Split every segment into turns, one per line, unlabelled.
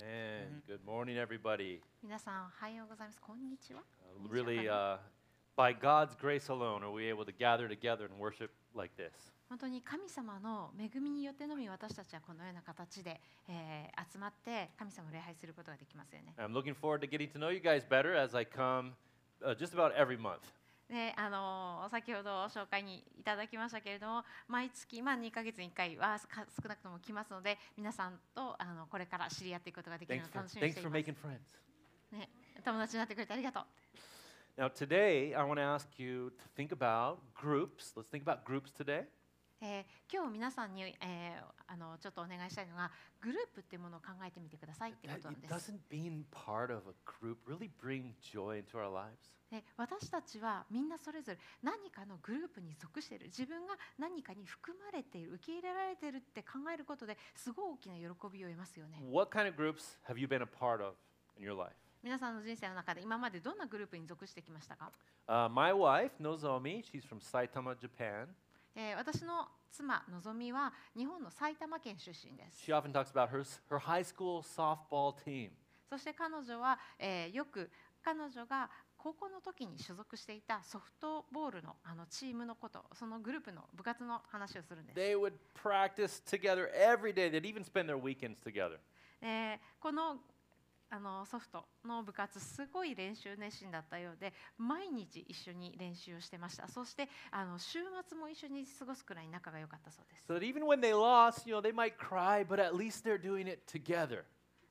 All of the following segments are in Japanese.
And good morning, everybody.
皆さんおはようございますこんにちは
Uh, Really, uh, by God's grace alone, are we able to gather together and worship like this.
本当に神様の恵みによってのみ私たちはこのような形で、えー集まって神様を礼拝することができますよね
I'm looking forward to getting to know you guys better as I come uh, just about every month.
であのー先ほど紹介にいただきましたけれども毎月、まあ、2ヶ月に1回はか少なくとも来ますので皆さんとあのこれから知り合っていくことができるの
Thanks
を
for,
楽しみにし
thanks
て
for
いま
making
す、
friends.
ね、友達になってくれてありがとう
Now, today, I want to ask you to think about groups. Let's think about groups today.
えー今日皆さんに、えーあのちょっとお願いしたいのがグループっていうものを考えてみてくださいってこ
That-
となんで
it
す
doesn't being part of a group really bring joy into our lives?
で私たちはみんなそれぞれ何かのグループに属している自分が何かに含まれている受け入れられているって考えることですごい大きな喜びを得ますよね
What kind of groups have you been a part of in your life?
皆さんの人生の中で今までどんなグループに属してきましたか、
Uh, my wife, Nozomi, she's from Saitama, Japan.
えー私の妻のぞみは日本の埼玉県出身です
She often talks about her, s- her high school softball team.
そして彼女は、えーよく彼女が高校の時に所属していたソフトボールのあのチームのことそのグループの部活の話をするんです
They would practice together every day. They'd even spend their weekends together.
えーこのあのソフトの部活すごい練習熱心だったようで毎日一緒に練習をしてましたそしてあの週末も一緒に過ごすくらい仲が良かったそうです
So that even when they lost, you know, they might cry, but at least they're doing it together.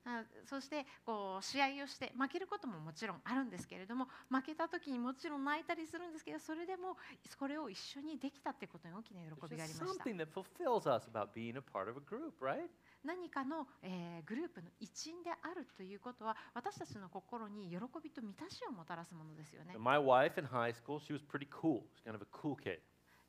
あそしてこう試合をして負けることももちろんあるんですけれども負けた時にもちろん泣いたりするんですけどそれでもこれを一緒にできたってことに大きな喜
There's
びがあり
just
ました
something that fulfills us about being a part of a group, right?
何かの、えーグループの一員であるということは私たちの心に喜びと満たしをもたらすものですよね
And My wife in high school, she was pretty cool. She's kind of a cool kid.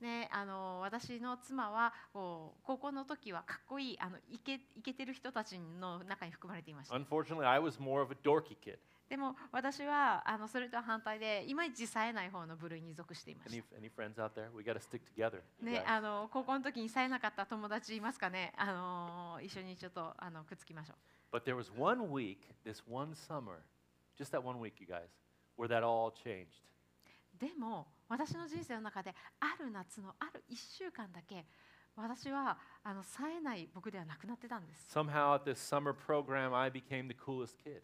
ね、あの私の妻はこう高校の時はかっこいいあのイケイケてる人たちの中に含まれていました
Unfortunately, I was more of a dorky kid.
でも私はあのそれとは反対でいまいち冴えない方の部類に属していまし
Any, any friends out there? We got to stick together.
た、
you
ね、
guys.
あの高校の時に冴えなかった友達いますかねあの一緒にちょっとあのくっつきましょう
But there was one week, this one summer, just that one week, you guys, where that all changed.
でも私の人生の中である夏のある1週間だけ私はあの冴えない僕ではなくなってたんです
Somehow at this summer program, I became the coolest kid.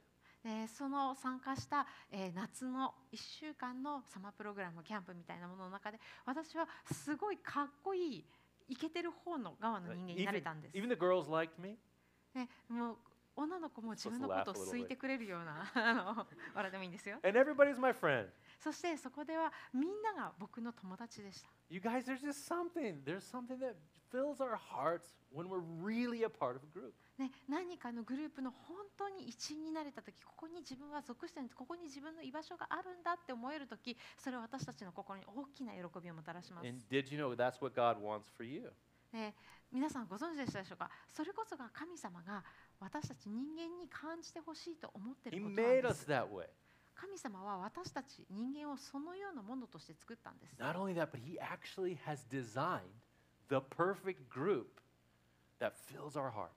えーその参加した、えー夏の1週間のサマープログラムキャンプみたいなものの中で私はすごいかっこいいイケてる方の側の
Like,
人間にな
even,
れたんです、
even the girls liked me.
ね、もう女の子も自分のことを好いてくれるような あの笑ってもいいんですよ
And everybody's my friend.
そしてそこではみんなが僕の友達でした
You guys, there's just something. There's something that fills our hearts when we're really a part of a group.
ね、何かのグループの本当に一員になれた時ここに自分は属してるんですここに自分の居場所があるんだって思える時それは私たちの心に大きな喜びをもたらします
And did you know that's what God wants for you?
えー皆さんご存知でしたでしょうかそれこそが神様が私たち人間に感じてほしいと思ってい
He
ることなん
made
で
us
す
that way.
神様は私たち人間をそのようなものとして作ったんです
Not only that, but He actually has designed the perfect group that fills our hearts.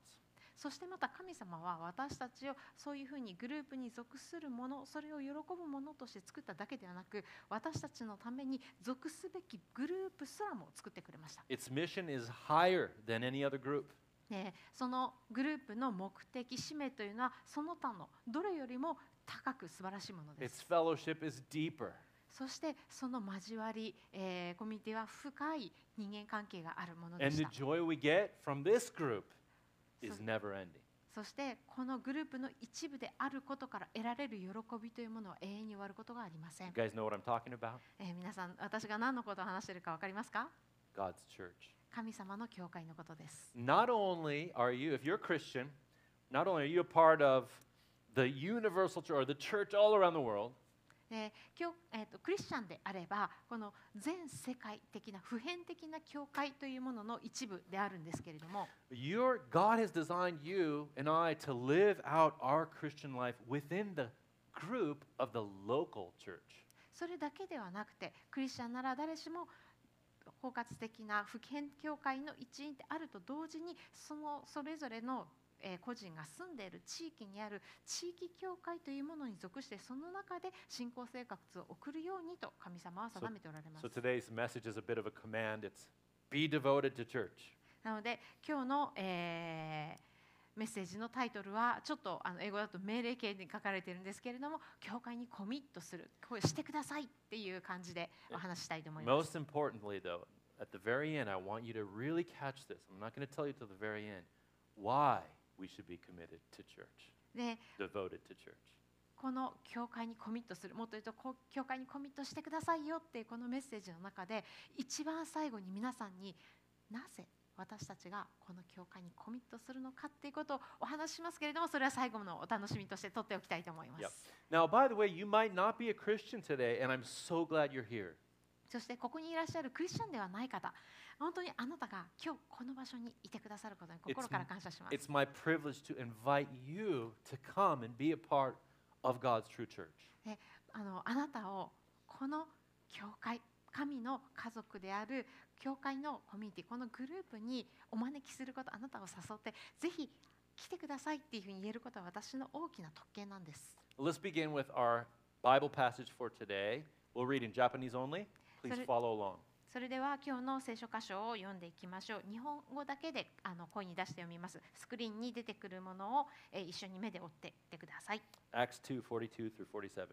そしてまた神様は私たちをそういうふうにグループに属するものそれを喜ぶものとして作っただけではなく私たちのために属すべきグループすらも作ってくれました、
Its mission is higher than any other group.
えーそのグループの目的使命というのはその他のどれよりも高く素晴らしいものです
Its fellowship is deeper.
そしてその交わり、えーコミュニティは深い人間関係があるもので
And
し
the
た
joy we get from this group is
So-
never ending.
そしてこのグループの一部であることから得られる喜びというものは永遠に終わることがありません
You、guys know what I'm talking about?
えー皆さん私が何のことを話しているか分かりますか
God's church.
神様の教会のことです
Not only are you, if you're a Christian, not only are you a part of the universal church or the church all around the world,
えー教えーとクリスチャンであればこの全世界的な普遍的な教会というものの一部であるんですけれども
your, God has designed you and I to live out our Christian life within the group of the local church.
それだけではなくてクリスチャンなら誰しも包括的な普遍教会の一員であると同時にそのそれぞれのえー個人が住んでいる地域にある地域教会というものに属してその中で信仰生活を送るようにと神様は定めておられます
So。today's message is a bit of a command. It's be devoted to church.
なので今日の、えーメッセージのタイトルはちょっとあの英語だと命令形に書かれているんですけれども教会にコミットするこうしてくださいっていう感じでお話ししたいと思います
Most importantly, though, at the very end, I want you to really catch this. I'm not going to tell you till the very end why we should be committed to church,
で
devoted to church.
この教会にコミットするもっと言うとこう教会にコミットしてくださいよっていうこのメッセージの中で一番最後に皆さんになぜ私たちがこの教会にコミットするのかっていうことをお話ししますけれどもそれは最後のお楽しみとして取っておきたいと思います。
Yep. Now, by the way, you might not be a Christian today, and I'm so glad you're here.
そしてここにいらっしゃるクリスチャンではない方、本当にあなたが今日この場所にいてくださることに心から感謝します。
It's my privilege to invite you to come and be a part of God's true church.
あのあなたをこの教会、神の家族である教会のコミュニティ、このグループにお招きすること、あなたを誘って、ぜひ来てくださいっていうふうに言えることは私の大きな特権なんです。
Let's begin with our Bible passage for today. We'll read in Japanese only. Please
Sorry.
follow along.
それでは今日の聖書箇所を読んでいきましょう。日本語だけであの声に出して読みます。スクリーンに出てくるものを、えー一緒に目で追っていってください。
Acts 2 42 through 47.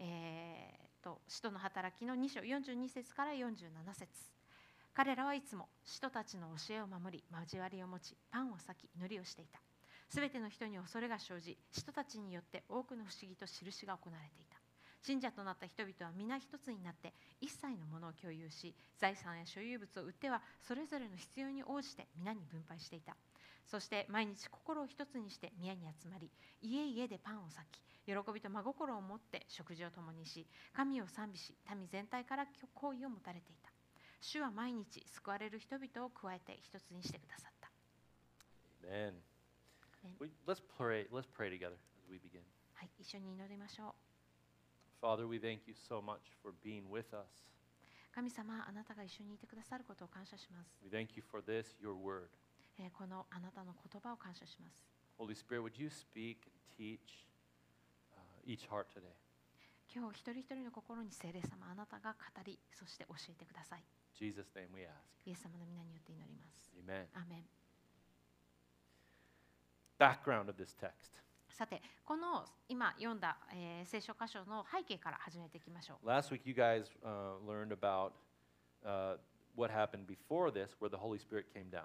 えー、と使徒の働きの2章42節から47節彼らはいつも使徒たちの教えを守り交わりを持ちパンを裂き祈りをしていたすべての人に恐れが生じ使徒たちによって多くの不思議と印が行われていた信者となった人々は皆一つになって一切のものを共有し財産や所有物を売ってはそれぞれの必要に応じて皆に分配していたそして毎日心を一つにして宮に集まり家々でパンを裂き喜びと真心を持って食事を共にし神を賛美し民全体から好意を持たれていた主は毎日救われる人々を加えて一つにしてくださった
Amen.
Amen.
We, let's pray. Let's pray together as we begin.
はい一緒に祈りましょう
Father, we thank you so much for being with us.
神様あなたが一緒にいてくださることを感謝します、
We thank you for this, your word.
えーこのあなたの言葉を感謝します
Holy Spirit, would you speak and teach uh, each heart today?
今日一人一人の心に聖霊様あなたが語りそして教えてください
In Jesus' name we ask.
イエス様の皆によって祈ります
Amen.
アーメン
Background of this text.
さてこの今読んだ、えー聖書箇所の背景から始めていきましょう
Last week, you guys uh, learned about uh, what happened before this, where the Holy Spirit came down.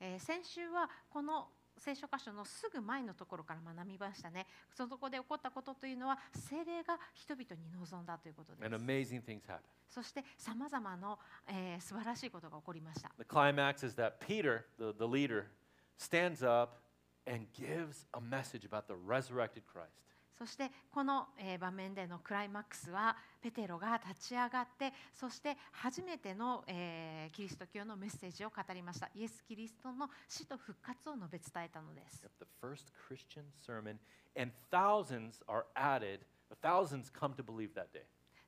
えー先週はこの聖書箇所のすぐ前のところから学びましたね。そこで起こったことというのは聖霊が人々に臨んだということで
And
す。
amazing things happened.
そしてさまざまな、えー素晴らしいことが起こりました。
The climax is that Peter, the, the leader, stands up and gives a message about the resurrected Christ.
そしてこの、えー場面でのクライマックスはペテロが立ち上がってそして初めての、えーキリスト教のメッセージを語りましたイエス・キリストの死と復活を述べ伝えたのです。
Yep, The first Christian sermon, and thousands are added. Thousands come to believe that day.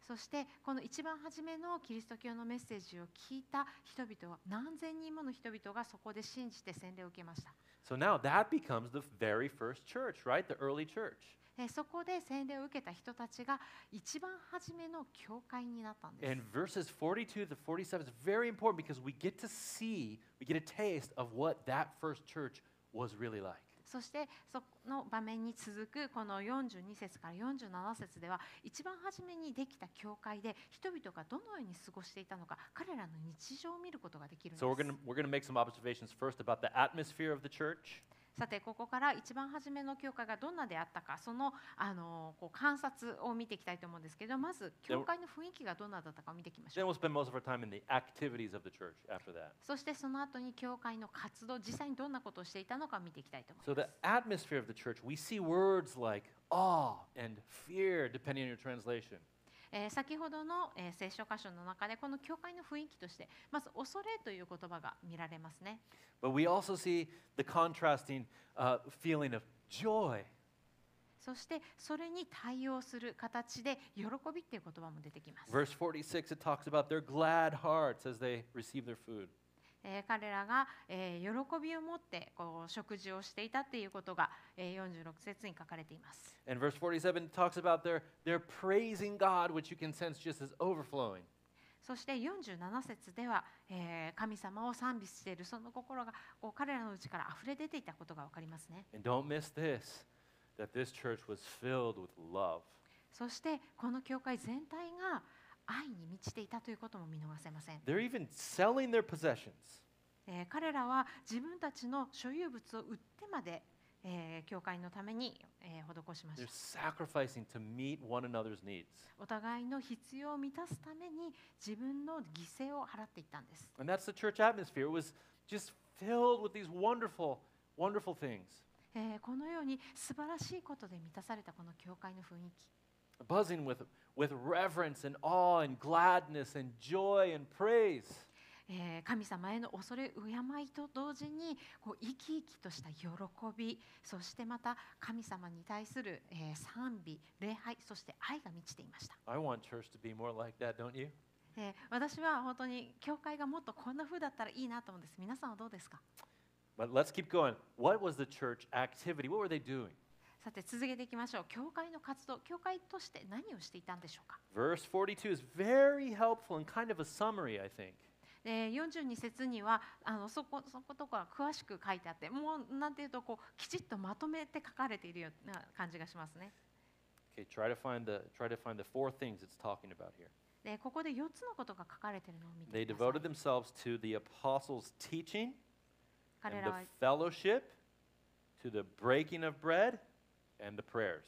そしてこの一番初めのキリスト教のメッセージを聞いた人々は何千人もの人々がそこで信じて洗礼を受けました
So now that becomes the very first church, right? The early church.
えーそこで洗礼を受けた人たちが一番初めの教会になったんです
And verses 42 to 47 is very important because we get to see, we get a taste of what that first church was really like.
そしてその場面に続くこの42節から47節では一番初めにできた教会で人々がどのように過ごしていたのか彼らの日常を見ることができるんです
So we're going to we're going to make some observations first about the atmosphere of the church.
さてここから一番初めの教会がどんなであったかそのあのこう観察を見ていきたいと思うんですけどまず教会の雰囲気がどんなだったかを見ていきまし
Then
ょう
we'll spend most of our time in the activities of the church after that.
そしてその後に教会の活動実際にどんなことをしていたのかを見ていきたいと
So
思いま
the
す
atmosphere of the church, we see words like awe and fear, depending on your translation.
えー先ほどの、えー聖書箇所の中でこの教会の雰囲気としてまず恐れという言葉が見られますね
But we also see the contrasting uh, feeling of joy.
そしてそれに対応する形で喜びっていう言葉も出てきます
Verse 46, it talks about their glad hearts as they receive their food.
えー彼らが、えー喜びを持ってこう食事をしていたっていうことが、えー46節に書かれています。
And verse 47 talks about their, their praising God, which you can sense just as overflowing.
そして47節では、えー神様を賛美しているその心がこう彼らのうちから溢れ出ていたことが分かりますね。
And don't miss this that this church was filled with love.
そしてこの教会全体が愛に満ちていたということも見逃せません。
They're even selling their possessions.
えー彼らは自分たちの所有物を売ってまで、えー教会のために、えー施しまし
They're
た。
sacrificing to meet one another's needs.
お互いの必要を満たすために自分の犠牲を払っていったんです。
And that's the church atmosphere. It was just filled with these wonderful, wonderful things.
えーこのように素晴らしいことで満たされたこの教会の雰囲気。
buzzing with, with reverence and awe and gladness and joy and praise.
えー神様への恐れ敬いと同時にこう生き生きとした喜びそしてまた神様に対する、えー賛美礼拝そして愛が満ちていました、
I want church to be more like that, don't you?
えー私は本当に教会がもっとこんな風だったらいいなと思うんです皆さんはどうですか
But let's keep going. What was the church activity? What were they doing?
さて続けていきましょう教会の活動教会として何をしていたんでしょうか、
Verse 42 is very helpful and kind of a summary, I think.
えー42節にはあのそこそことか詳しく書いてあってもうなんていうとこうきちっとまとめて書かれているような感じがしますね
Okay, try to find the try to find the four things it's talking about here.
でここで4つのことが書かれているのを見
They
てくださ
devoted
い
themselves to the apostles' teaching
彼
and
ら
the
は
fellowship, to the breaking of bread, and the prayers.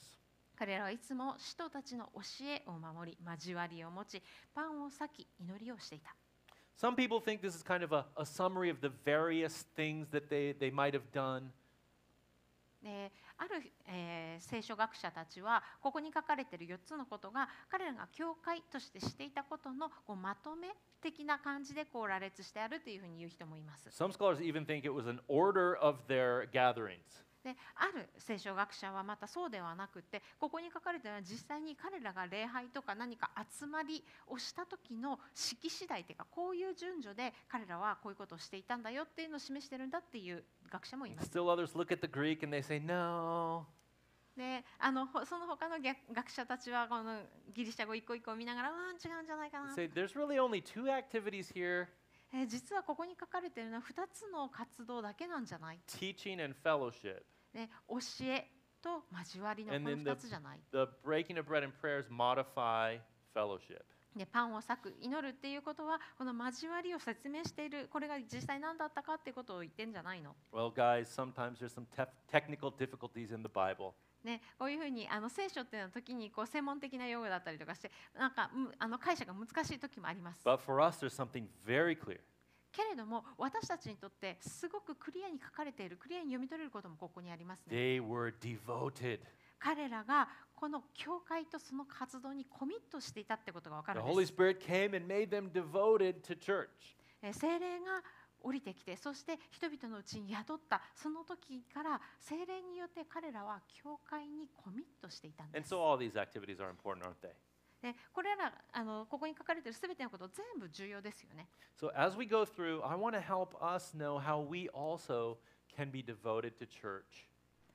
彼らはいつも使徒たちの教えを守り交わりを持ちパンを裂き祈りをしていた、
Some people think this is kind of a, a summary of the various things that they, they might have done.
である、えー聖書学者たちはここに書かれている4つのことが彼らが教会としてしていたことのこうまとめ的な感じでこう羅列してあるというふうに言う人もいます
Some scholars even think it was an order of their gatherings.
である聖書学者はまたそうではなくてここに書かれているのは実際に彼らが礼拝とか何か集まりをした時の式次第というかこういう順序で彼らはこういうことをしていたんだよっていうのを示してるんだっていう学者もい
And
ます。
still others look at the Greek and they say, no.
であのほその他の逆学者たちはこのギリシャ語一個一個を見ながらうん違うんじゃないか
They
な、
say, there's really only two activities here
えー実はここに書かれているのは2つの活動だけなんじゃない、
teaching and fellowship.
ね、教えと交わりのこ
And
の
then the-
2つじゃない
The breaking of bread and prayers modify fellowship.
でパンを裂く祈るっていうことはこの交わりを説明しているこれが実際何だったかってことを言ってんじゃないの、
Well, guys, sometimes there's some tef- technical difficulties in the Bible.
ね、こういうふうにあの聖書っていうのは時にこう専門的な用語だったりとかしてなんかむあの解釈が難しい時もあります
But for us, there's something very clear.
けれども私たちにとってすごくクリアに書かれているクリアに読み取れることもここにありますね
They were devoted.
彼らがこの教会とその活動にコミットしていたってことが分か
The
るんで
Holy
す、
Spirit came and made them devoted to church.
えー聖霊が降りてきてそして人々のうちに雇ったその時から聖霊によって彼らは教会にコミットしていたんで
And
す
so all these activities are important, aren't they?
でこれらあのここに書かれている全てのこと全部重要ですよね
So as we go through, I want to help us know how we also can be devoted to church.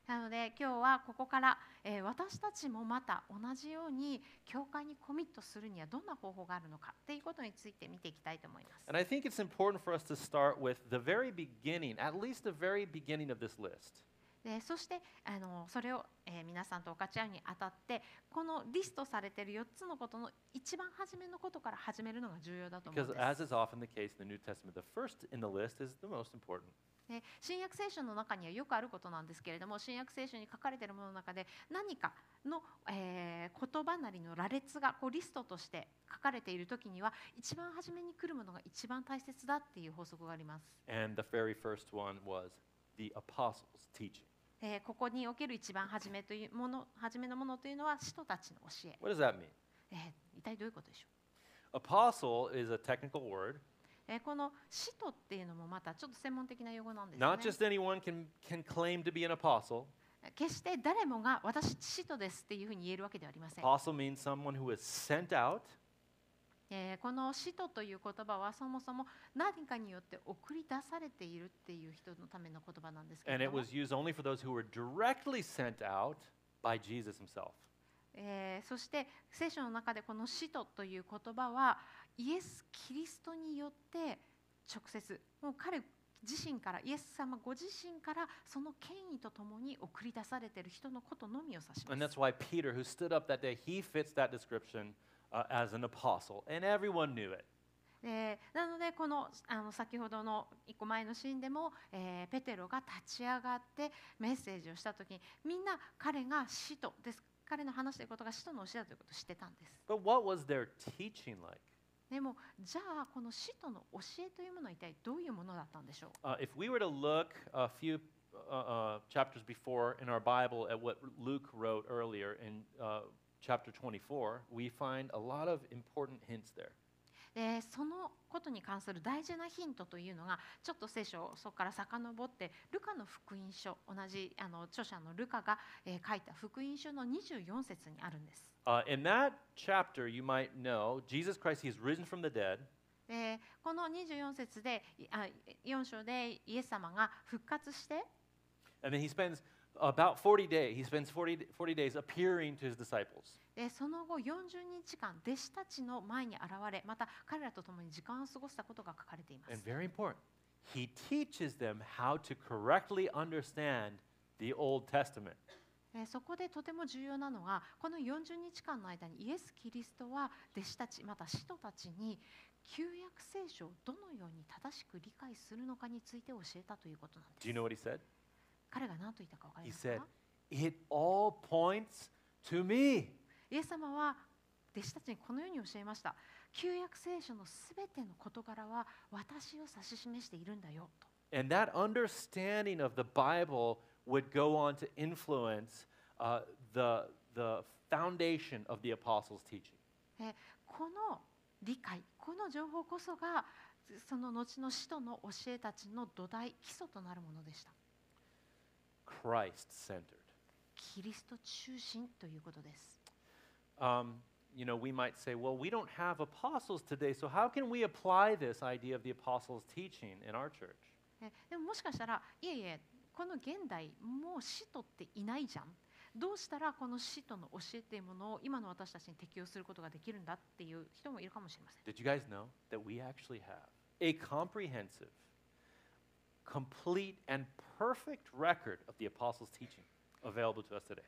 なので今日はここから、えー私たちもまた同じように教会にコミットするにはどんな方法があるのかっていうことについて見ていきたいと思います
And I think it's important for us to start with the very beginning, at least the very beginning of this list.
でそしてあのそれを、えー皆さんと分かち合うにあたってこのリストされている4つのことの一番初めのことから始めるのが重要だと思うん
Because
です
as is often the case in the New Testament, the first in the list is the most important.
で新約聖書の中にはよくあることなんですけれども新約聖書に書かれているものの中で何かの、えー言葉なりの羅列がこうリストとして書かれている時には一番初めに来るものが一番大切だっていう法則があります。
And the very first one was the apostles' teaching.
えーここにおける一番初めというもの初めのものというのは使徒たちの教え、
What does that mean?
えー一体どういうことでしょう
Apostle is a technical word.
えーこの使徒っていうのもまたちょっと専門的な用語なんですね
Not。just anyone can, can claim to be an apostle.
決して誰もが私使徒ですっていうふうに言えるわけではありません。
Apostle means someone who is sent out
えーこの「使徒」という言葉はそもそも何かによって送り出されているっていう人のための言葉なんですけれ
And it
ども
was used only for those who were directly sent out by Jesus himself.
えーそして聖書の中でこの「使徒」という言葉はイエス・キリストによって直接もう彼自身からイエス様ご自身からその権威とともに送り出されている人のことのみを指しま
And that's
す
why Peter, who stood up that day, he fits that description uh, as an apostle. And everyone knew it.
えーなのでこのあの先ほどの一個前のシーンでも、えーペテロが立ち上がってメッセージをした時にみんな彼が使徒です彼の話していることが使徒の教えだということを知ってたんです
But what was their teaching like?
でもじゃあこの使徒の教えというものは一体どういうものだったんでしょう
Uh, if we were to look a few uh, uh, chapters before in our Bible at what Luke wrote earlier in uh, chapter 24, we find a lot of important hints there.
でそのことに関する大事なヒントというのがちょっと聖書をそこから遡ってルカの福音書同じあの著者のルカが、えー書いた福音書の24節にあるんです。
Uh, in that chapter, you might know Jesus Christ, he's risen from the dead.
でこの24節でいあ4章でイエス様が復活して
And then he spends about 40 days, he spends 40, d- 40 days appearing to his disciples.
でその後40日間弟子たちの前に現れまた彼らと共に時間を過ごしたことが書かれています
And。very important, he teaches them how to correctly understand the Old Testament.
えーそこでとても重要なのがこの40日間の間にイエス・キリストは弟子たちまた使徒たちに旧約聖書をどのように正しく理解するのかについて教えたということなん
Do you
です。
know what he said?
彼が何と言ったか分かり
He
ます
said,
か
It all points to me.
イエス様は弟子たちにこのように教えました。旧約聖書のすべての事柄は私を指し示しているんだよと。
And that understanding of the Bible would go on to influence uh, the, the foundation of the apostles' teaching.
この理解この情報こそがその後の使徒の教えたちの土台基礎となるものでした。
Christ centered.
キリスト中心ということです。
Um, you know, we might say, well, we don't have apostles today, so how can we apply this idea of the apostles' teaching in our church?
えでももしかしたらいえいえこの現代もう使徒っていないじゃんどうしたらこの使徒の教えっていうものを今の私たちに適用することができるんだっていう人もいるかもしれません。
Did you guys know that we actually have a comprehensive, complete, and perfect record of the apostles' teaching available to us today?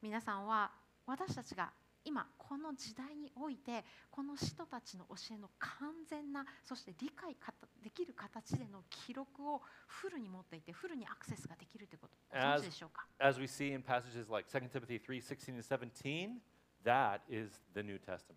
皆さんは私たちが今この時代においてこの使徒たちの教えの完全なそして理解かたできる形での記録をフルに持っていてフルにアクセスができるということご存知でしょうか
As we see in passages like 2 Timothy 3 16 and 17, that is the New Testament.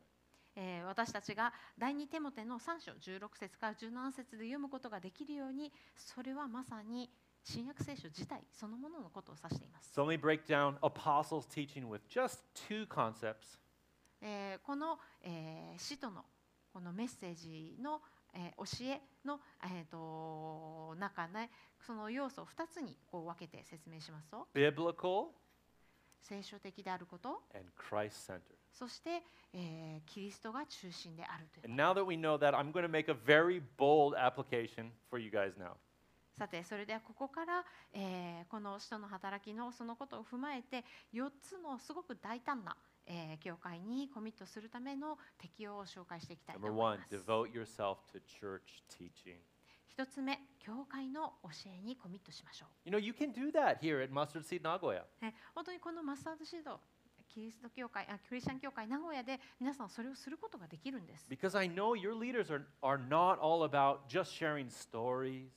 えー私たちが第二テモテの3章16節から17節で読むことができるようにそれはまさに新約聖書自体そのもののことを指しています、
So let me break down apostles' teaching with just two concepts
えーこの、えー使徒のこのメッセージの、えー教えの、えー、と中ねその要素を2つにこう分けて説明しますと
biblical
聖書的であること
and Christ centered.
そして、えーキリストが中心であるという
And now that we know that, I'm going to make a very bold application for you guys now.
さてそれではここから、えーこの使徒の働きのそのことを踏まえて4つのすごく大胆な、えー教会にコミットするための適用を紹介していきたいと
Number
思い
one,
ます。
devote yourself to church teaching.
1つ目、教会の教えにコミットしましょ
You know, you can do that here at Mustard Seed Nagoya.
う。えー本当にこのマスタードシードキリスト教会あクリスチャン教会名古屋で皆さんそれをすることができるんです、
Because I know your leaders are, are not all about just sharing stories,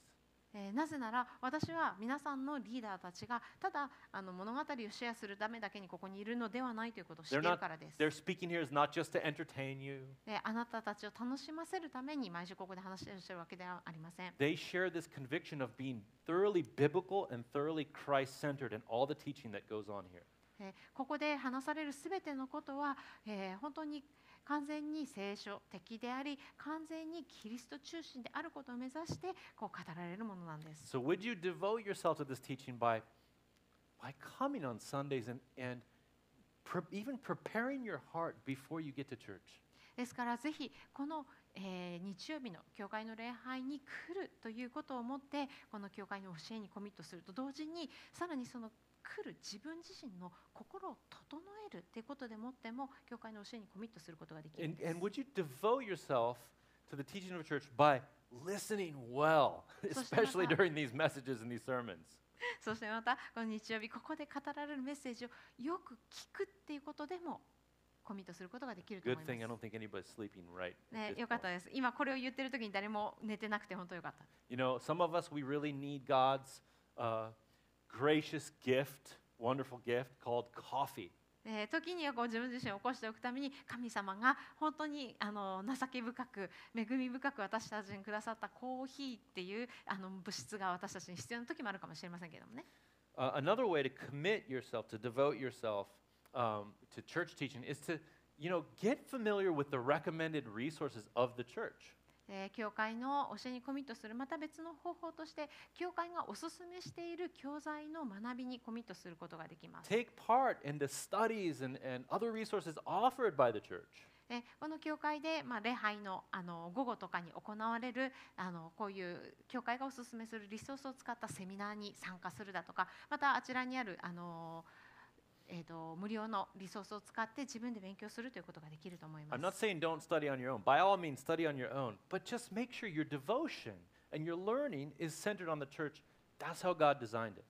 えーなぜなら私は皆さんのリーダーたちがただあの物語をシェアするためだけにここにいるのではないということを知ってい
They're
る
not,
からです
their speaking here is not just to entertain you.
であなたたちを楽しませるために毎週ここで話してらっしゃるわけではありません。
They share this conviction of being thoroughly biblical and thoroughly Christ centered in all the teaching that goes on here.
えーここで話されるすべてのことは、えー本当に完全に聖書的であり完全にキリスト中心であることを目指してこう語られるものなんです。
So, would you devote yourself to this teaching by, by coming on Sundays and, and pre- even preparing your heart before you get to church?
ですからぜひこの、えー日曜日の教会の礼拝に来るということをもってこの教会の教えにコミットすると同時にさらにその来る自分自身の心を整えるということでもっても教会の教えにコミットすることができるん
And,
です
and would you devote yourself to the teaching of the church by listening well,
So
especially
Shemata-
during these messages and these sermons?
そしてまたこの日曜日ここで語られるメッセージをよく聞くっていうことでもコミットすることができると思
Good
い
thing I
ま
don't think anybody's sleeping right.
す、
at
ね、
this
よかっ
point.
たです今これを言ってる時に誰も寝てなくて本当よかった、
You know, some of us, we really need God's uh, gracious gift, wonderful gift called coffee.
えー時にはこう自分自身を起こしておくために神様が本当にあの情け深く恵み深く私たちにくださったコーヒーっていうあの物質が私たちに必要な時もあるかもしれませんけどもね
Uh, another way to commit yourself, to devote yourself um, to church teaching is to, you know, get familiar with the recommended resources of the church.
えー教会の教えにコミットするまた別の方法として教会がおすすめしている教材の学びにコミットすることができます、
Take part in the studies and, and other resources offered by the church.
えーこの教会で、まあ、礼拝のあの午後とかに行われるあのこういう教会がおすすめするリソースを使ったセミナーに参加するだとかまたあちらにあるあの、えー、と無料のリソースを使って自分で勉強するということができると思いま
I'm not
す。
saying don't study on your own. By all means, study on your own. But just make sure your devotion and your learning is centered on the church. That's how God designed it.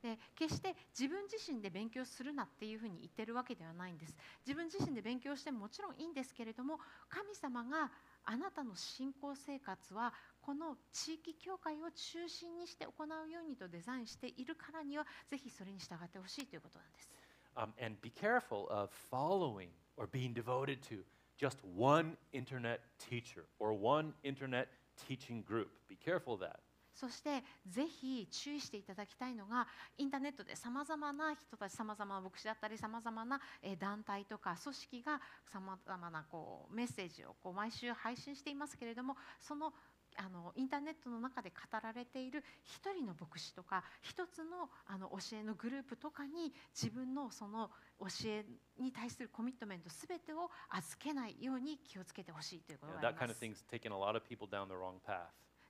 で決して自分自身で勉強するなっていうふうに言ってるわけではないんです自分自身で勉強してももちろんいいんですけれども神様があなたの信仰生活はこの地域教会を中心にして行うようにとデザインしているからにはぜひそれに従ってほしいということなんです
Um, and be careful of following or being devoted to just one internet teacher or one internet teaching group. Be careful of that.
そしてぜひ注意していただきたいのがインターネットでさまざまな人たちさまざまな牧師だったりさまざまなえー団体とか組織がさまざまなこうメッセージをこう毎週配信していますけれどもそのあのインターネットの中で語られている一人の牧師とか一つのあの教えのグループとかに自分のその教えに対するコミットメントすべてを預けないように気をつけてほしいということ
You know,
があり
that
ま
kind of thing's
す。
taken a lot of people down the wrong path.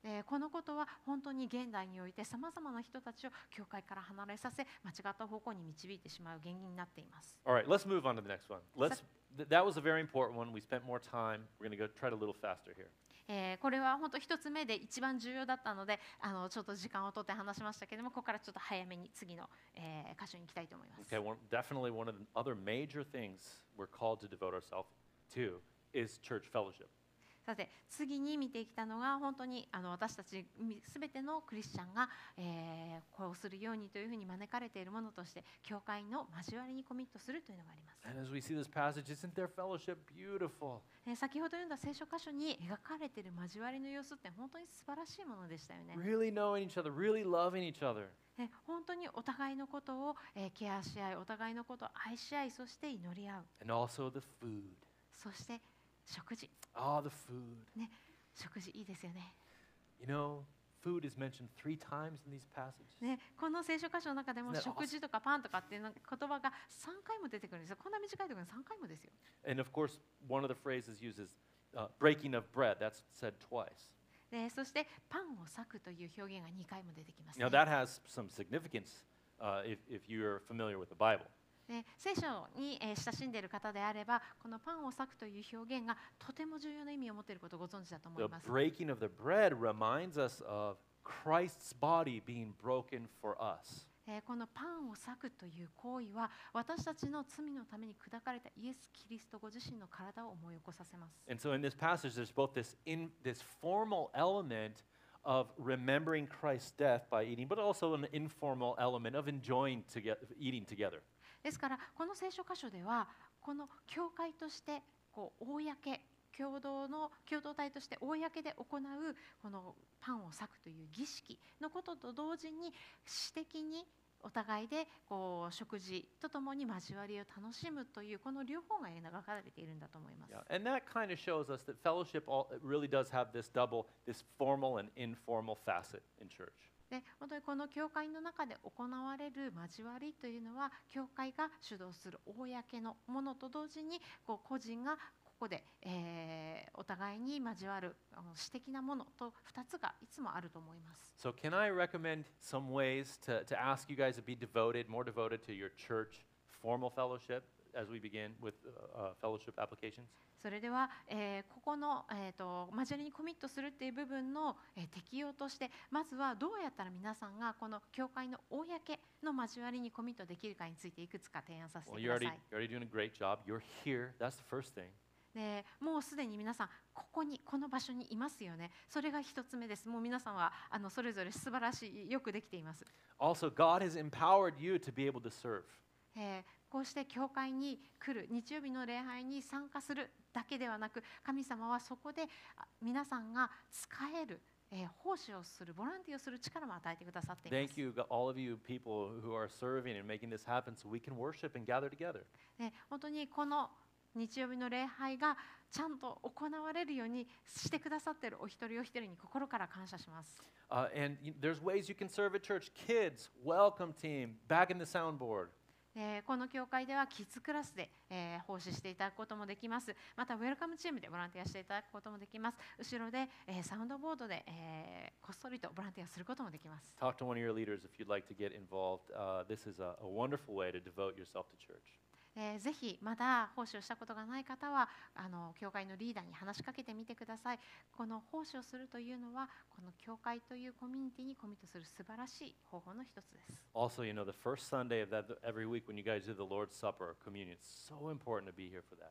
えーこのことは本当に現代においてさまざまな人たちを教会から離れさせ間違った方向に導いてしまう原因になっています
All right, let's move on to the next one. Let's. Th- that was a very important one. We spent more time. We're going to go try it a little faster here.
えーこれは本当一つ目で一番重要だったのであのちょっと時間を取って話しましたけれどもここからちょっと早めに次の、えー箇所に行きたいと思います、
Okay, one, definitely one of the other major things we're called to devote ourselves to is church fellowship.
さて次に見てきたのが本当にあの私たちみ全てのクリスチャンが、えーこうするようにというふうに招かれているものとして教会の交わりにコミットするというのがあります
And as we see this passage, isn't their fellowship beautiful?
えー先ほど読んだ聖書箇所に描かれている交わりの様子って本当に素晴らしいものでしたよね。
Really knowing each other, really loving each other.
えー本当にお互いのことを、えーケアし合い、お互いのことを愛し合い、そして祈り合う、
And also the food.
そして食事、
Ah, the food.
食事いいですよね。
You know, food is mentioned three times in these passages.
ねこの聖書箇所の中でも
Isn't that
食事とかパンとかっていうの言葉が3回も出てくるんですよ。こんな短いところに3回もですよ。
And of course, one of the phrases used is uh, breaking of bread. That's said twice.
でそしてパンを裂くという表現が2回も出てきます、ね
Now, that has some significance uh, if, if you're familiar with the Bible.
で聖書に、えー親しんでいる方であればこのパンを裂くという表現がとても重要な意味を持っていることをご存知だと思
The
います。
breaking of the bread reminds us of Christ's body being broken for us.
えーこのパンを裂くという行為は私たちの罪のために砕かれたイエス・キリストご自身の体を思い起こさせます。
And so in this passage, there's both this, in, this formal element of remembering Christ's death by eating, but also an informal element of enjoying together, eating together.
ですからこの聖書箇所ではこの教会としてこう公共同の共同体として公で行うこのパンを裂くという儀式のことと同時に私的にお互いでこう食事とともに交わりを楽しむというこの両方が描かれているんだと思います。
Yeah. And that kind of shows us that fellowship all, it really does have this double, this formal and informal facet in church.
で本当にこの教会の中で行われる交わりというのは教会が主導する公のものと同時にこう個人がこで、えーお互いに交わるあの私的なものと2つがいつもあると思います。
So, can I recommend some ways to, to ask you guys to be devoted, more devoted to your church formal fellowship as we begin with uh, uh, fellowship applications?
それでは、えーここの、えー、と交わりにコミットするっていう部分の、えー適用としてまずはどうやったら皆さんがこの教会の公の交わりにコミットできるかについていくつか提案させ
Well,
てく
you're
ださ
already,
い
you're。already doing a great job. You're here. That's the first thing.
でもうすでに皆さんここにこの場所にいますよねそれが一つ目ですもう皆さんはあのそれぞれ素晴らしいよくできています、
Also, God has empowered you to be able to serve.
えーこうして教会に来る日曜日の礼拝に参加するだけではなく神様はそこであ皆さんが使える、えー奉仕をするボランティアをする力も与えてくださっています
Thank you, go- all of you people who are serving and making this happen so we can worship and gather together.
ね、本当にこの日曜日の礼拝がちゃんと行われるようにしてくださっているお一人お一人に心から感謝します
Uh, and y there's ways you can serve at church. Kids, welcome team, back in the soundboard.
えーこの教会ではキッズクラスで、えー奉仕していただくこともできますまたウェルカムチームでボランティアしていただくこともできます後ろで、えーサウンドボードで、えーこっそりとボランティアすることもできます
Talk to one of your leaders if you'd like to get involved. Uh, this is a, a wonderful way to devote yourself to church.
えーぜひまだ奉仕をしたことがない方はあの教会のリーダーに話しかけてみてくださいこの奉仕をするというのはこの教会というコミュニティにコミットする素晴らしい方法の一つです
Also, you know, the first Sunday of that, every week when you guys do the Lord's Supper or communion, it's so important to be here for that.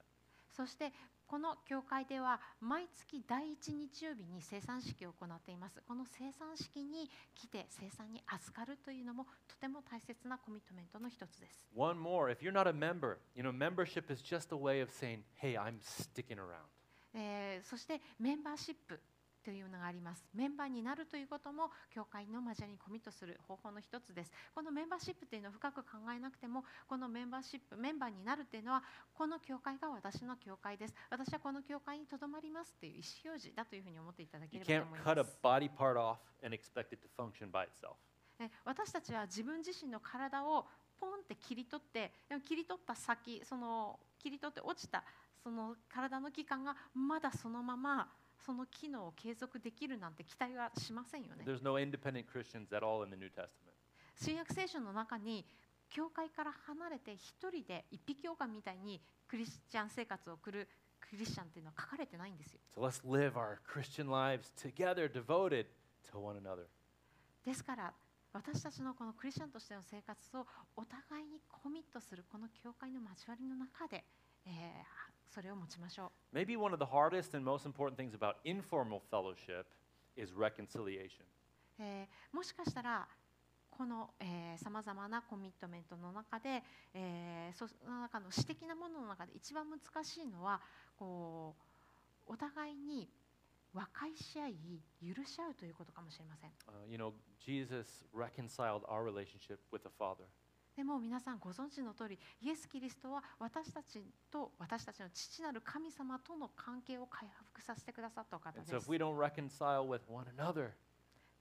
そしてこの教会では毎月第1日曜日に生産式を行っていますこの生産式に来て生産に預かるというのもとても大切なコミットメントの一つです
One more, if you're not a member, you know, membership is just a way of saying, hey, I'm sticking around.
えーそしてメンバーシップというのがありますメンバーになるということも教会のマジャにコミットする方法の一つですこのメンバーシップというのを深く考えなくてもこのメンバーシップメンバーになるというのはこの教会が私の教会です私はこの教会にとどまりますという意思表示だというふうに思っていただけ
You
ればと
can't
思います
cut a body part off and expect it to function by itself.
え私たちは自分自身の体をポンって切り取ってでも切り取った先その切り取って落ちたその体の器官がまだそのままその機能を継続できるなんて期待はしませんよね
There's no independent Christians at all in the New Testament.
新約聖書の中に教会から離れて一人で一匹狼みたいにクリスチャン生活を送るクリスチャンっていうのは書かれてないんですよ
So let's live our Christian lives together, devoted to one another.
ですから私たちのこのクリスチャンとしての生活をお互いにコミットするこの教会の交わりの中で、えーそれを持ちましょう
Maybe one of the hardest and most important things about informal fellowship is reconciliation.
えーもしかしたらこのさまざまなコミットメントの中で、えーそその中の私的なものの中で一番難しいのはこうお互いに和解し合い許し合うということかもしれません
Uh, you know, Jesus reconciled our relationship with the Father.
でも皆さんご存知の通りイエス・キリストは私たちと私たちの父なる神様との関係を回復させてくださったお方
And
です。
so if we don't reconcile with one another,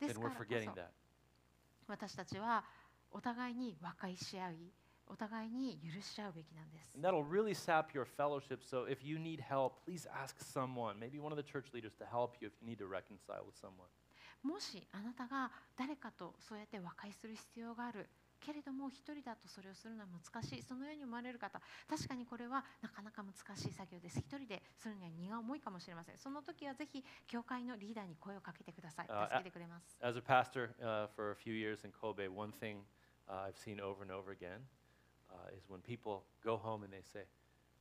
で
then
すか
we're
らこ
forgetting
そ
that.
私たちはお互いに和解し合いお互いに許し合うべきなんです。
And that'll really sap your fellowship. So if you need help, please ask someone, maybe one of the church leaders, to help you if you need to reconcile with someone.
もしあなたが誰かとそうやって和解する必要があるけれども一人だとそれをするのは難しいそのように思われる方確かにこれはなかなか難しい作業です一人でするには荷が重いかもしれませんその時はぜひ教会のリーダーに声をかけてください
ああ
助けてくれます
As a pastor uh, for a few years in Kobe, one thing uh, I've seen over and over again uh, is when people go home and they say,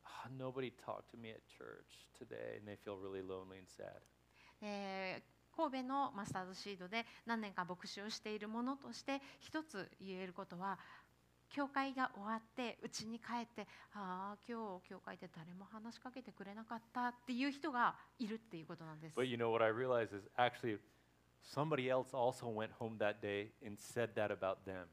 "Ah, Nobody talked to me at church today, and they feel really lonely and sad.
えー神戸のマスタードシードで何年か牧師をしているものとして一つ言えることは教会が終わって家に帰ってああ今日教会で誰も話しかけてくれなかったっていう人がいるっていうことなんです。
But you know what I realized is actually somebody else also went home that day and said that about them.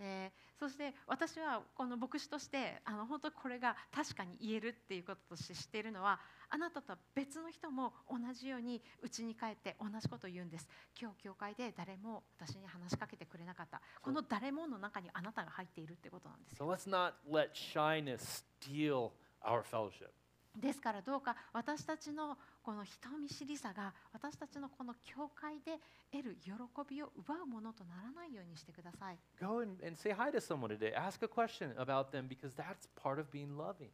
えーそして私はこの牧師としてあの本当にこれが確かに言えるっていうこととして知っているのはあなたとは別の人も同じように家に帰って同じことを言うんです今日教会で誰も私に話しかけてくれなかったこの誰もの中にあなたが入っているってことなんです
So
よ
let's not let shyness steal our fellowship.
ですからどうか私たちのこの人見知りさが私たちのこの教会で得る喜びを奪うものとならないようにしてください
Go and, and say hi to someone today. Ask a question about them because that's part of being loving.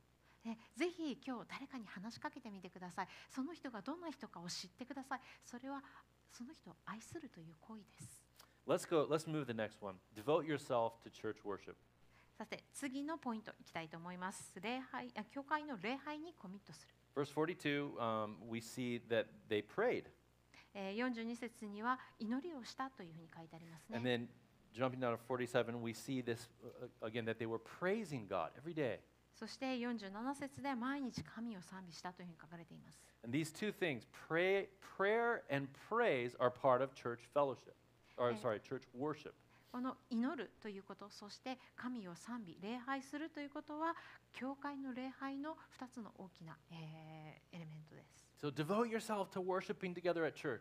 えぜひ今日誰かに話しかけてみてくださいその人がどんな人かを知ってくださいそれはその人を愛するという行為です
Let's go, let's move to the next one. Devote yourself to church worship.
さて次のポイントいきたいと思います礼拝あ教会の礼拝にコミットする
Verse 42, um, we see that they prayed.
えー42節には祈りをしたというふうに書いてあります
And
ね。
then jumping down to 47, we see this uh, again that they were praising God every day.
そして47節で毎日神を賛美したというふうに書かれています。
And these two things, pray, prayer and praise, are part of church fellowship, or
Yeah.
sorry, church worship.
この祈るということ、そして神を賛美、礼拝するということは、教会の礼拝の2つの大きな、えーエレメントです。
So devote yourself to worshiping together at church.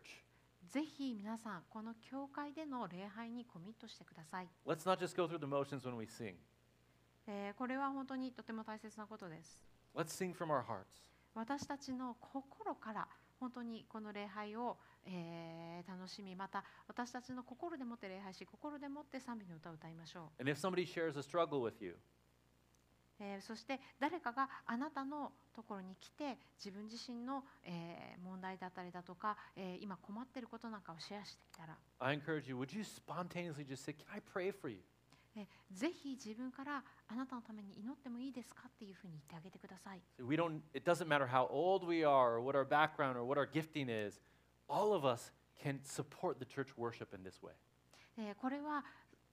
ぜひ皆さん、この教会での礼拝にコミットしてください。
Let's not just go through the motions when we sing.
えーこれは本当にとても大切なことです。
Let's sing from our hearts.
私たちの心から本当にこの礼拝を、えー楽しみまた私たちの心でもって礼拝し心でもって賛美の歌を歌いましょう、
And if somebody shares a struggle with you,
えーそして誰かがあなたのところに来て自分自身の、えー問題だったりだとか、えー今困っていることなんかをシェアしてきたら、
I encourage you, would you spontaneously just say, Can I pray for you?
えーぜひ自分からあなたのために祈ってもいいですかっていうふうに言ってあげてください
So We don't, it doesn't matter how old we are or what our background or what our gifting is, all of us can support the church worship in this way.
えーこれは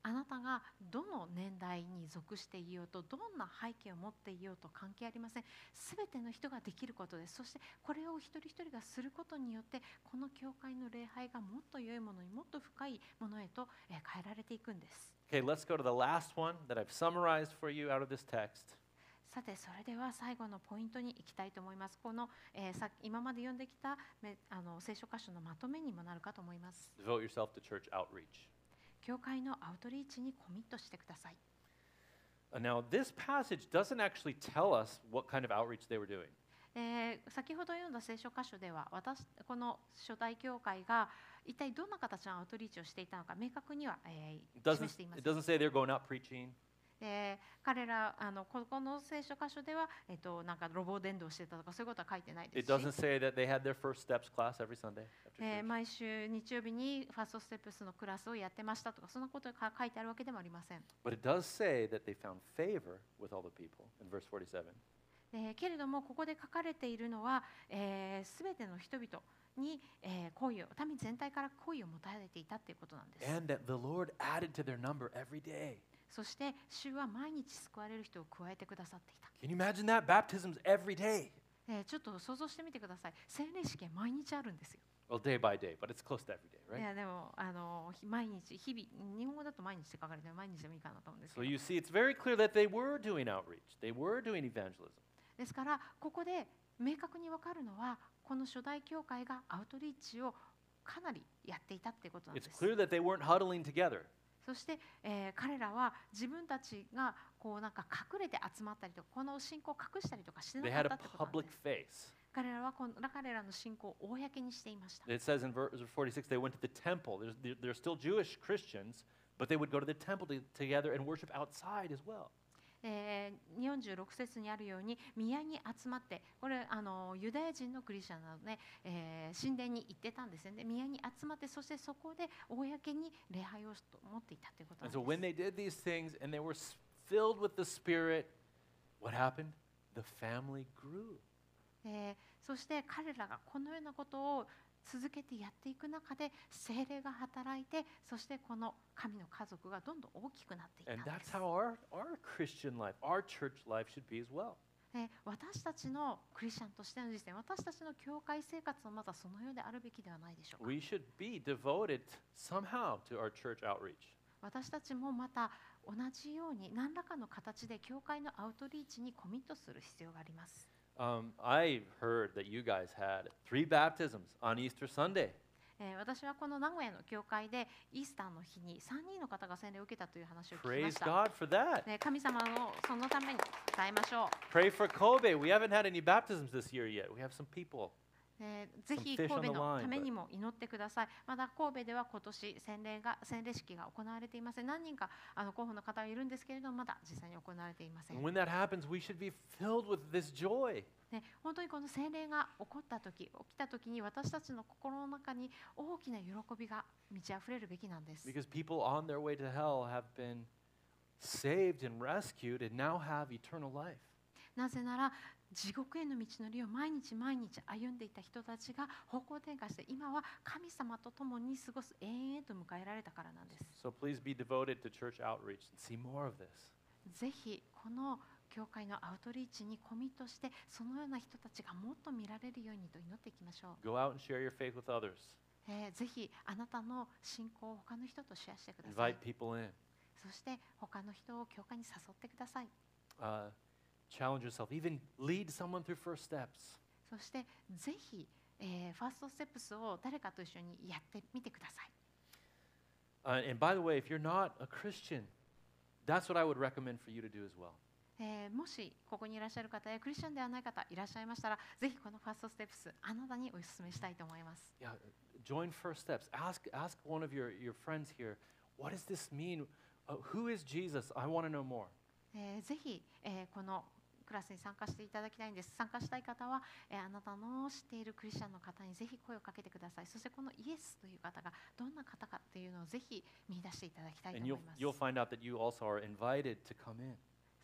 あなたがどの年代に属していようとどんな背景を持っていようと関係ありませんすべての人ができることですそしてこれを一人一人がすることによってこの教会の礼拝がもっと良いものにもっと深いものへと、えー変えられていくんです
Okay, let's go to the last one that I've summarized for you out of this text.
さてそれでは最後のポイントに行きたいと思いますこの、えーさ今まで読んできためあの聖書箇所のまとめにもなるかと思います
Devote yourself to church outreach.
教会のアウトリーチにコミットしてください
Uh, Now, this passage doesn't actually tell us what kind of outreach they were doing.
えー先ほど読んだ聖書箇所では私この初代教会が一体どんな形のアウトリーチをしていたのか明確には、えー
It doesn't,
示していま
it
せん
doesn't say they're going out preaching.
えー彼らあのここの聖書箇所では、えっとなんかロボ伝道してたとかそういうことは書いてない
It
ですし
doesn't、say that they had their first steps class every Sunday. After
えー
church.
毎週日曜日にファーストステップスのクラスをやってましたとかそんなことが書いてあるわけでもありません、
But it does say that they found favor with all the people in verse 47.
えーけれどもここで書かれているのはすべ、えー全ての人々に、えー、恋を民全体から恋を持たれていたということなんです。
And that the Lord added to their number every day.
そして主は毎日救われる人を加えてくださっていた、
Can you imagine that? Baptisms every day.
えーちょっと想像してみてください洗礼式は毎日あるんですよ、
Well, day by day, but it's close to every day,
い
right?
やでもあのひ毎日日々日本語だと毎日って書かれてる毎日でもいいかなと思うんです
So
けど
you see, it's very clear that they were doing outreach, they were doing evangelism.
ですからここで明確に分かるのはこの初代教会がアウトリーチをかなりやっていたってことなんで
It's
す
clear that they weren't huddling together.
そして、えー彼らは自分たちがこうなんか隠れて集まったりとかこの信仰を隠したりとかして
They
なか
had a
ったってことなん
public
です
face.
彼らはこの彼らの信仰を公にしていました。
It says in verse 46 they went to the temple. There's, they're, they're still Jewish Christians, but they would go to the temple to, together and worship outside as well.
えー46節にあるように宮に集まってこれあのユダヤ人のクリスチャンなので、えー神殿に行ってたんですよね宮に集まってそしてそこで公に礼拝をしと思っていたということ
And so
な
when
んです
they did these things and they were s- filled with the Spirit, what happened? The family grew.
えーそして彼らがこのようなことを続けてやっていく中で精霊が働いてそしてこの神の家族がどんどん大きくなっていった
And
んで
that's
す
how our, our Christian life, our church life should be as well.
えー私たちのクリスチャンとしての実践私たちの教会生活もまたそのようであるべきではないでしょうか
We should be devoted somehow to our church outreach.
私たちもまた同じように何らかの形で教会のアウトリーチにコミットする必要があります、
Um, I heard that you guys had three baptisms on Easter Sunday.
えー私はこの名古屋の教会でイースターの日に3人の方が洗礼を受けたという話を聞きま
Praise
した、
God for that.
ね神様のそのために伝えましょ
Pray for Kobe. We haven't had any baptisms this year yet. We have some people.
う、えーぜひ
Some fish on
神
the
戸
line,
の
but-
ためにも祈ってくださいまだ神戸では今年洗礼が洗礼式が行われていません何人かあの候補の方がいるんですけれどもまだ実際に行われていません
And when that happens, we should be filled with this joy.
ね、本当にこの聖霊が起こった時起きた時に私たちの心の中に大きな喜びが満ち溢れるべきなんです
Because people on their way to hell have been saved and rescued and now have eternal life.
なぜなら地獄への道のりを毎日毎日歩んでいた人たちが方向転換して今は神様と共に過ごす永遠へと迎えられたからなんです
So please be devoted to church outreach and see more of this.
ぜひこの教会のアウトリーチにコミットしてそのような人たちがもっと見られるようにと祈っていきましょ
Go out and share your faith with others.
う、えーぜひあなたの信仰を他の人とシェアしてくださ
Invite
い
people in.
そして他の人を教会に誘ってください
Uh, challenge yourself. Even lead someone through first steps.
そしてぜひ、えーファーストステップスを誰かと一緒にやってみてください。
Uh, and by the way, if you're not a Christian, that's what I would recommend for you to do as well.
えーもしここにいらっしゃる方やクリスチャンではない方いらっしゃいましたらぜひこのファーストステップスあなたにお勧めしたいと思います。
Yeah, join First Steps. Ask, ask one of your, your friends here, what does this mean? Uh, who is Jesus? I want to know more.
えーぜひ、えーこのクラスに参加していただきたいんです参加したい方は、えーあなたの知っているクリスチャンの方にぜひ声をかけてくださいそしてこのイエスという方がどんな方かっていうのをぜひ見出していただきたいと
And
思い
you'll,
ます
you'll find out that you also are invited to come in.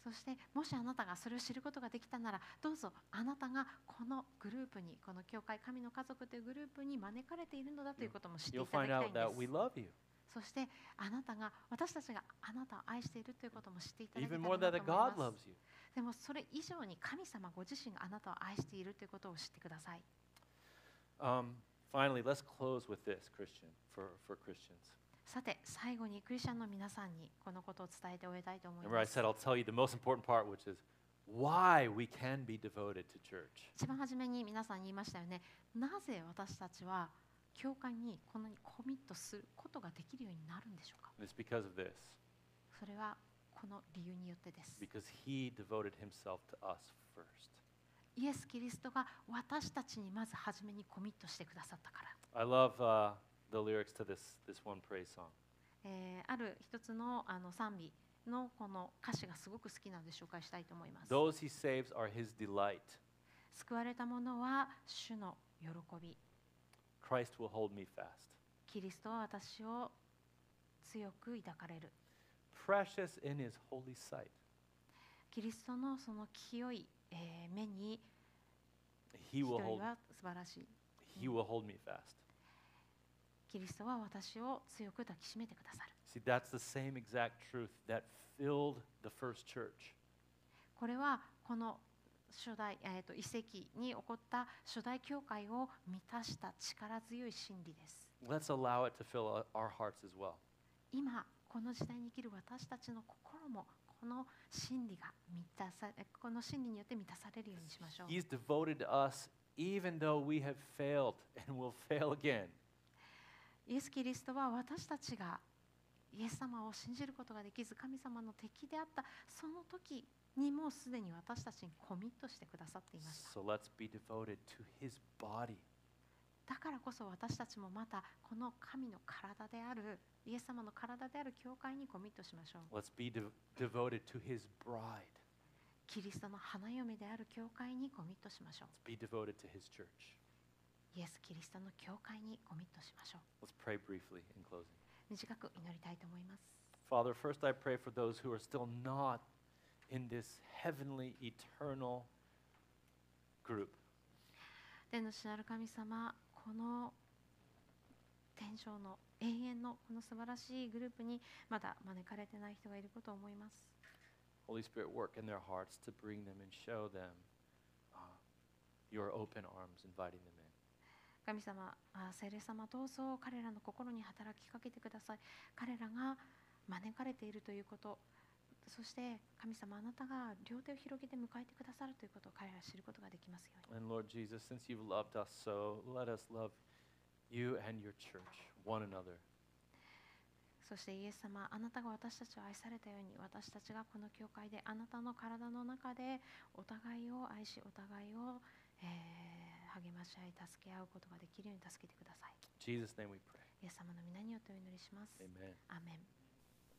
そしてもしあなたがそれを知ることができたならどうぞあなたがこのグループにこの教会神の家族というグループに招かれているのだということも知ってい
You'll
ただ
find out
きたいんで
that
す
we love you,
そしてあなたが私たちがあなたを愛しているということも知っていただきたい
even
なと
more
思
than
い
that God
ます
loves you.
でもそれ以上に神様ご自身があなたを愛しているということを知ってください
Um, finally, let's close with this, Christian, for, for Christians.
さて最後にクリスチャンの皆さんにこのことを伝えて終えたいと思い
Remember, I
ます
said I'll tell you the most important part, which is why we can be devoted to church.
一番初めに皆さん言いましたよねなぜ私たちは教会にこんなにコミットすることができるようになるんでしょうか
And it's because of this,
それはこの理由によってです
because He devoted Himself to us first.
イエス・キリストが私たちにまず初めにコミットしてくださったから
I love uh, the lyrics to this, this one praise song.
えーある一つのあの賛美のこの歌詞がすごく好きなので紹介したいと思います
Those He saves are His delight.
救われた者は主の喜び
Christ will hold me fast.
キリストは私を強く抱かれる
Precious in His holy sight.
キリストのその清い、えー目に
He
人
will hold,
は素晴らしい
he will hold me fast.
キリストは私を強く抱きしめてくださる
See, that's the same exact truth that filled the first church.
これはこの初代、えー、と遺跡に起こった初代教会を満たした力強い真理です
Let's allow it to fill o- our hearts as well.
今この時代に生きる私たちの心もこの真理が満たさえこの真理によって満たされるようにしましょう
He's devoted to us even though we have failed and will fail again.
イエス・キリストは私たちがイエス様を信じることができず神様の敵であったその時にもうすでに私たちにコミットしてくださっていました
So let's be devoted to his body.
だからこそ私たちもまたこの神の体であるイエス様の体である教会にコミットしましょう
Let's be de- devoted to his bride.
キリストの花嫁である教会にコミットしましょ
Let's be devoted to his church.
うイエス・キリストの教会にコミットしましょう
Let's pray briefly in closing.
短く祈りたいと思います。
Father, first I pray for those who are still not in this heavenly, eternal group.
天の主なる神様、この天上の永遠のこの素晴らしいグループにまだ招かれてない人がいることを思います。
Holy Spirit, work in their hearts to bring them and show them uh, your open arms, inviting them in.
神様、あ聖霊様、どうぞ彼らの心に働きかけてください。彼らが招かれているということ、そして神様、あなたが両手を広げて迎えてくださるということを彼らは知ることができますように。
And Lord Jesus, since you've loved us so, let us love you and your church, one another.
そしてイエス様あなたが私たちを愛されたように私たちがこの教会であなたの体の中でお互いを愛しお互いを、えー励まし合い助け合うことができるように助けてください。
In Jesus' name we pray.
イエス様の皆によってお祈りします。
Amen.
アーメン